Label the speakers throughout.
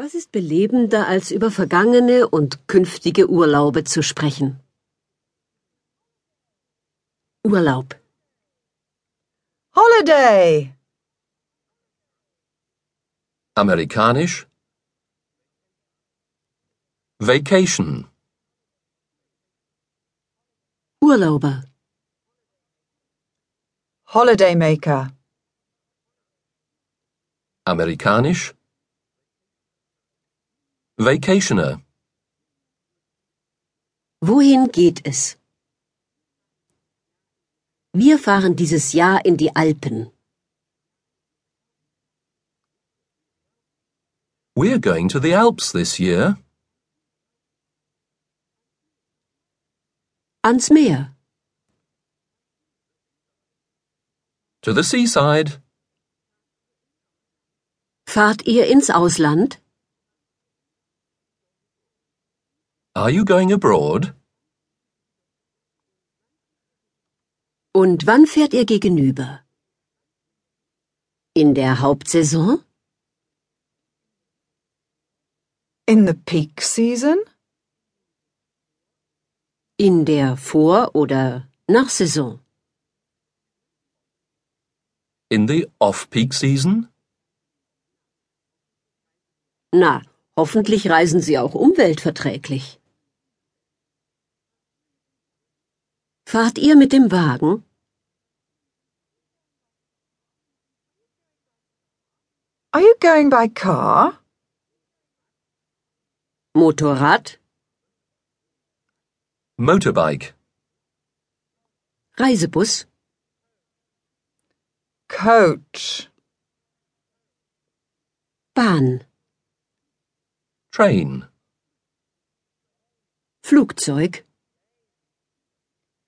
Speaker 1: Was ist belebender, als über vergangene und künftige Urlaube zu sprechen? Urlaub.
Speaker 2: Holiday.
Speaker 3: Amerikanisch Vacation
Speaker 1: Urlauber.
Speaker 2: Holidaymaker.
Speaker 3: Amerikanisch Vacationer
Speaker 1: Wohin geht es? Wir fahren dieses Jahr in die Alpen.
Speaker 3: We're going to the Alps this year.
Speaker 1: Ans Meer.
Speaker 3: To the seaside.
Speaker 1: Fahrt ihr ins Ausland?
Speaker 3: Are you going abroad?
Speaker 1: Und wann fährt ihr gegenüber? In der Hauptsaison?
Speaker 2: In the peak season?
Speaker 1: In der Vor- oder Nachsaison?
Speaker 3: In the off-peak season?
Speaker 1: Na, hoffentlich reisen Sie auch umweltverträglich. Fahrt ihr mit dem Wagen?
Speaker 2: Are you going by car?
Speaker 1: Motorrad?
Speaker 3: Motorbike.
Speaker 1: Reisebus?
Speaker 2: Coach.
Speaker 1: Bahn?
Speaker 3: Train.
Speaker 1: Flugzeug?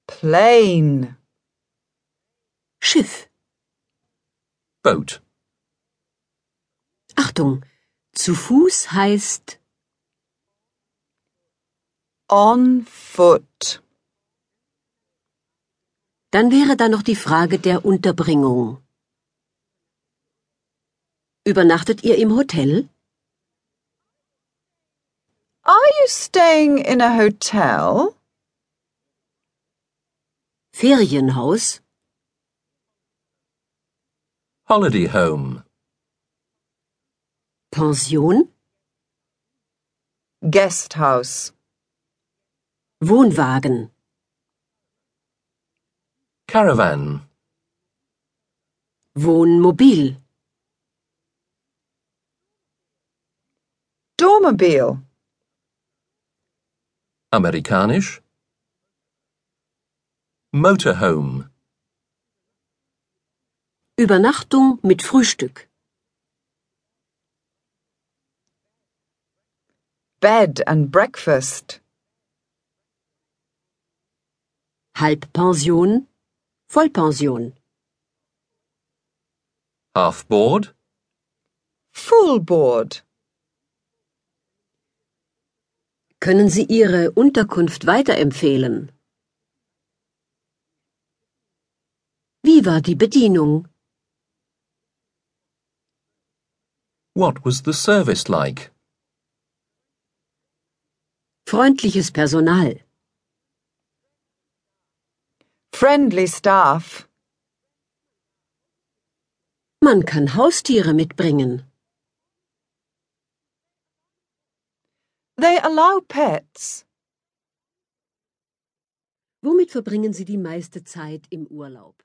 Speaker 2: Plane.
Speaker 1: Schiff?
Speaker 3: Boat.
Speaker 1: Achtung! Zu Fuß heißt
Speaker 2: On foot.
Speaker 1: Dann wäre da noch die Frage der Unterbringung. Übernachtet ihr im Hotel?
Speaker 2: Are you staying in a hotel?
Speaker 1: Ferienhaus?
Speaker 3: Holiday home.
Speaker 1: Pension?
Speaker 2: Guest house.
Speaker 1: Wohnwagen?
Speaker 3: Caravan.
Speaker 1: Wohnmobil?
Speaker 2: Dormobile.
Speaker 3: Amerikanisch Motorhome.
Speaker 1: Übernachtung mit Frühstück?
Speaker 2: Bed and breakfast.
Speaker 1: Halbpension? Vollpension?
Speaker 3: Half board.
Speaker 2: Full board.
Speaker 1: Können Sie Ihre Unterkunft weiterempfehlen? Wie war die Bedienung?
Speaker 3: What was the service like?
Speaker 1: Freundliches Personal.
Speaker 2: Friendly staff.
Speaker 1: Man kann Haustiere mitbringen.
Speaker 2: They allow pets.
Speaker 1: Womit verbringen Sie die meiste Zeit im Urlaub?